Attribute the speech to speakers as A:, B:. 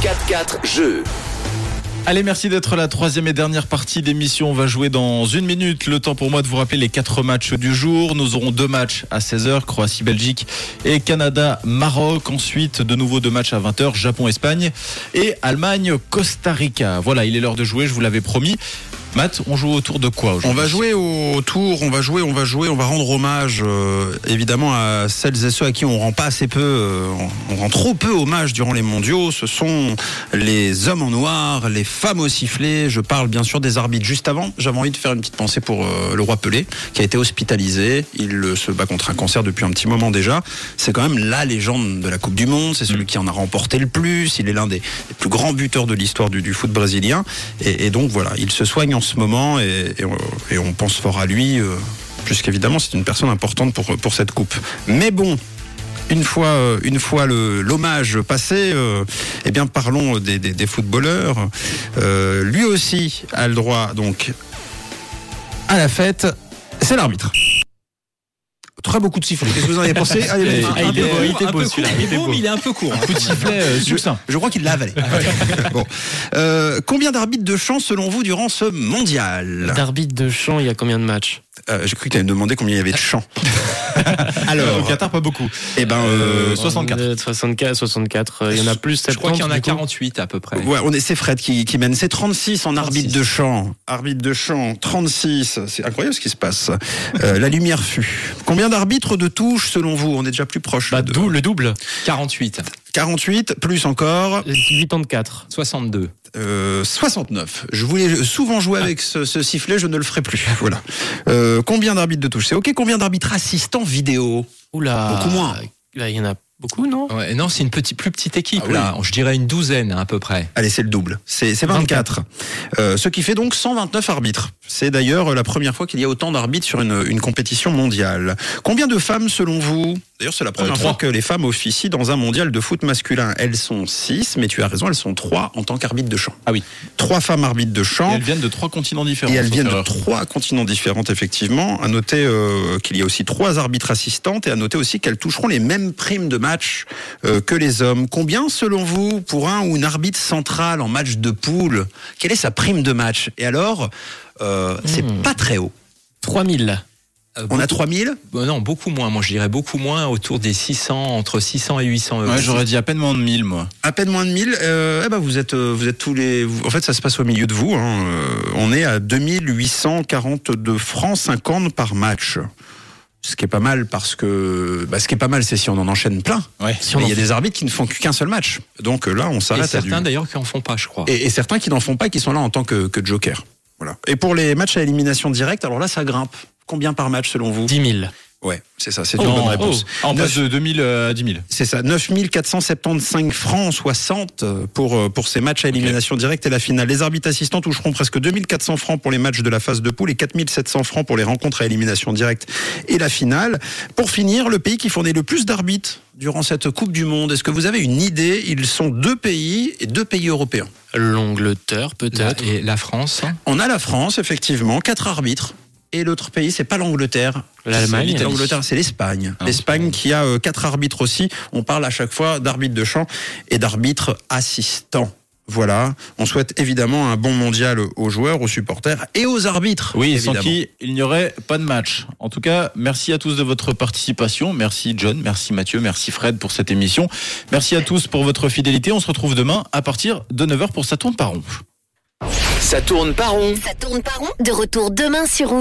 A: 4 jeux.
B: Allez, merci d'être la troisième et dernière partie d'émission. On va jouer dans une minute. Le temps pour moi de vous rappeler les quatre matchs du jour. Nous aurons deux matchs à 16h, Croatie-Belgique et Canada-Maroc. Ensuite, de nouveau deux matchs à 20h, Japon-Espagne et Allemagne-Costa Rica. Voilà, il est l'heure de jouer, je vous l'avais promis. Matt, on joue autour de quoi
C: On
B: aujourd'hui
C: va jouer au tour, on va jouer, on va jouer, on va rendre hommage euh, évidemment à celles et ceux à qui on rend pas assez peu, euh, on rend trop peu hommage durant les mondiaux. Ce sont les hommes en noir, les femmes au sifflet. Je parle bien sûr des arbitres. Juste avant, j'avais envie de faire une petite pensée pour euh, le roi Pelé qui a été hospitalisé. Il euh, se bat contre un cancer depuis un petit moment déjà. C'est quand même la légende de la Coupe du Monde. C'est celui qui en a remporté le plus. Il est l'un des des plus grands buteurs de l'histoire du, du foot brésilien. Et, et donc voilà, il se soigne en ce moment et, et on, et on pense fort à lui, euh, puisqu'évidemment c'est une personne importante pour, pour cette coupe. Mais bon. Une fois, euh, une fois le- l'hommage passé, euh, eh bien parlons des, des- des footballeurs. Euh, lui aussi a le droit donc à la fête. C'est l'arbitre. Très beaucoup de sifflets. Qu'est-ce que vous en avez pensé Allez,
B: Et-
C: vas-y.
B: Ah, il est- il était beau, celui-là, il était beau.
D: il est un peu court. hein.
B: Coup de sifflet euh, succinct.
C: Je crois qu'il l'a avalé. Bon. Euh, combien d'arbitres de champ selon vous durant ce mondial
E: D'arbitre de champ, il y a combien de matchs
C: Euh, J'ai cru que tu allais me demander combien il y avait de champs.
B: Au
C: Alors,
B: Qatar, pas beaucoup.
C: eh ben, euh,
B: Euh, 64.
E: Euh, 64, 64. euh, Il y en a plus, 70.
D: Je crois qu'il y en a
E: du coup.
D: 48 à peu près.
C: ouais, on est, c'est Fred qui, qui mène. C'est 36 en arbitre
D: 36.
C: de champ. Arbitre de champ, 36. C'est incroyable ce qui se passe. Euh, la lumière fut. Combien d'arbitres de touche selon vous On est déjà plus proche.
B: Bah,
C: de
B: dou- le double.
D: 48,
C: 48, plus encore.
E: Euh, 84.
D: 62.
C: Euh, 69. Je voulais souvent jouer avec ce, ce sifflet, je ne le ferai plus. Voilà. Euh, combien d'arbitres de touche C'est OK. Combien d'arbitres assistants vidéo
E: Oula.
C: Beaucoup moins.
E: Là, il y en a beaucoup, non
D: Ouais, non, c'est une petite, plus petite équipe
C: Ah oui.
D: là. Je dirais une douzaine à peu près.
C: Allez, c'est le double. C'est c'est 24. Euh, ce qui fait donc 129 arbitres. C'est d'ailleurs la première fois qu'il y a autant d'arbitres sur une, une compétition mondiale. Combien de femmes selon vous D'ailleurs, c'est la première
B: Euh, trois.
C: fois que les femmes officient dans un mondial de foot masculin. Elles sont 6, mais tu as raison, elles sont 3 en tant qu'arbitres de champ.
B: Ah oui.
C: 3 femmes arbitres de
B: Et
C: champ.
B: elles viennent de trois continents différents.
C: Et elles
B: sauf
C: viennent de
B: erreur.
C: trois continents différents, effectivement. À noter euh, qu'il y a aussi trois arbitres assistantes et à noter aussi qu'elles toucheront les mêmes primes de match euh, que les hommes. Combien, selon vous, pour un ou une arbitre centrale en match de poule, quelle est sa prime de match Et alors, euh, c'est
E: Hmm.
C: pas très haut.
E: 3000.
D: Euh,
C: On a
D: beaucoup-
C: 3000
D: Bon, Non, beaucoup moins. Moi, je dirais beaucoup moins, autour des 600, entre 600 et euh, 800 euros.
B: Ouais, j'aurais dit à peine moins de 1000, moi.
C: à peine moins de 1000, euh, eh ben vous êtes euh, vous êtes tous les vous- en fait ça se passe au milieu de vous hein. Euh, on est à 2842 francs 50 par match. Ce qui est pas mal parce que bah, ce qui est pas mal c'est si on en enchaîne plein.
B: Ouais.
E: Si on
C: Mais
E: en
C: il y a
E: fait-
C: des arbitres qui ne font qu'un seul match. Donc euh, là on
D: Et
C: s'arrête à du-
D: certains d'ailleurs qui en font pas, je crois.
C: et, et certains qui n'en font pas et qui sont là en tant que, que joker. Voilà. Et pour les matchs à élimination directe, alors là ça grimpe. Combien par match selon vous
E: 10 000.
C: Ouais, c'est ça, c'est
B: Oh,
C: une bonne
B: oh.
C: réponse.
B: Ah, on
C: Neuf.
B: passe de 2000 à 10 000.
C: C'est ça, 9475 francs 60 pour, euh, pour ces matchs à élimination directe et la finale. Les arbitres assistants toucheront presque 2400 francs pour les matchs de la phase de poule et 4700 francs pour les rencontres à élimination directe et la finale. Pour finir, le pays qui fournit le plus d'arbitres durant cette Coupe du Monde, est-ce que vous avez une idée Ils sont deux pays et deux pays européens.
E: L'Angleterre,
D: La-
E: peut-être.
D: et la France, hein,
C: On a la France, effectivement, quatre arbitres. Et l'autre pays, c'est pas l'Angleterre.
E: L'Allemagne.
C: C'est L'Angleterre, c'est l'Espagne.
B: Ah,
C: L'Espagne qui a euh, quatre arbitres aussi. On parle à chaque fois d'arbitre de champ et d'arbitre assistant. Voilà. On souhaite évidemment un bon mondial aux joueurs, aux supporters et aux arbitres.
B: Oui,
C: évidemment.
B: sans qui il n'y aurait pas de match. En tout cas, merci à tous de votre participation. Merci John, merci Mathieu, merci Fred pour cette émission. Merci à tous pour votre fidélité. On se retrouve demain à partir de 9h pour sa tourne par rond.
A: Ça tourne pas rond.
F: Ça tourne par rond. De retour demain sur Rouge.